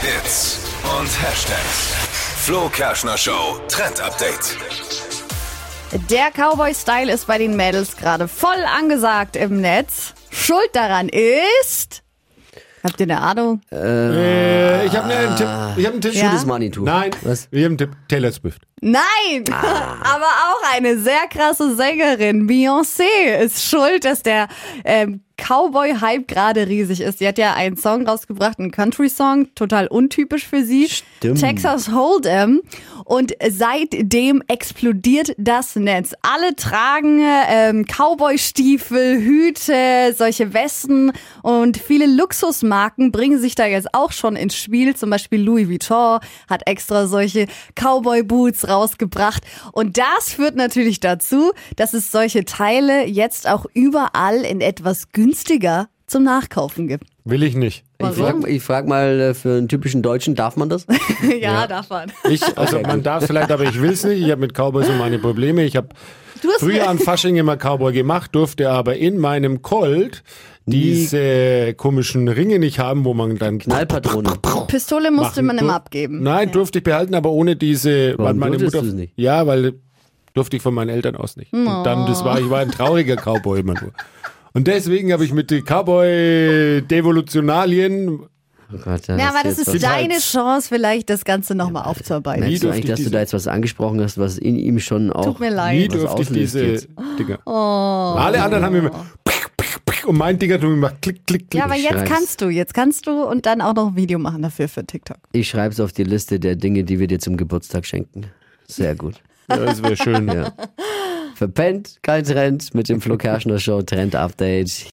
Hits und Hashtags. Flo Kerschner Show Trend Update. Der Cowboy-Style ist bei den Mädels gerade voll angesagt im Netz. Schuld daran ist. Habt ihr eine Ahnung? Äh, ich habe einen Tipp. Ich habe einen Tipp. Ah. Ja? Gutes Manitou. Nein, Was? wir haben einen Tipp. Taylor Swift. Nein! Aber auch eine sehr krasse Sängerin. Beyoncé ist schuld, dass der ähm, Cowboy-Hype gerade riesig ist. Sie hat ja einen Song rausgebracht, einen Country-Song, total untypisch für sie. Stimmt. Texas Hold'em. Und seitdem explodiert das Netz. Alle tragen ähm, Cowboy-Stiefel, Hüte, solche Westen und viele Luxusmarken bringen sich da jetzt auch schon ins Spiel. Zum Beispiel Louis Vuitton hat extra solche Cowboy-Boots rausgebracht. Und das führt natürlich dazu, dass es solche Teile jetzt auch überall in etwas günstiger zum Nachkaufen gibt. Will ich nicht. Ich frag, ich frag mal, äh, für einen typischen Deutschen darf man das? ja, darf man. Ich, also man darf vielleicht, aber ich will's nicht. Ich habe mit Cowboys so meine Probleme. Ich habe Du hast- früher an Fasching immer Cowboy gemacht, durfte aber in meinem Colt diese komischen Ringe nicht haben, wo man dann Knallpatrone. Pistole musste machen man immer dur- abgeben. Nein, durfte ich behalten, aber ohne diese. Warum meine durftest Mutter, du's nicht? Ja, weil durfte ich von meinen Eltern aus nicht. Und dann, das war, ich war ein trauriger Cowboy immer nur. Und deswegen habe ich mit den Cowboy-Devolutionalien Oh Gott, Ja, aber das jetzt ist was- Kindheit. deine Chance, vielleicht das Ganze nochmal aufzuarbeiten. Merkst du dürfte eigentlich, ich dass du diese- da jetzt was angesprochen hast, was in ihm schon auch... Tut mir leid. nie was durfte ich auslöst diese jetzt. Oh. Dinger. Oh. Alle anderen haben immer pick, pick, pick, und mein Ding hat nur gemacht klick, klick, klick. Ja, aber jetzt schreib's. kannst du, jetzt kannst du und dann auch noch ein Video machen dafür für TikTok. Ich schreibe es auf die Liste der Dinge, die wir dir zum Geburtstag schenken. Sehr gut. Ja, das wäre schön. Verpennt, kein Trend mit dem Flo Kerschner Show Trend Update.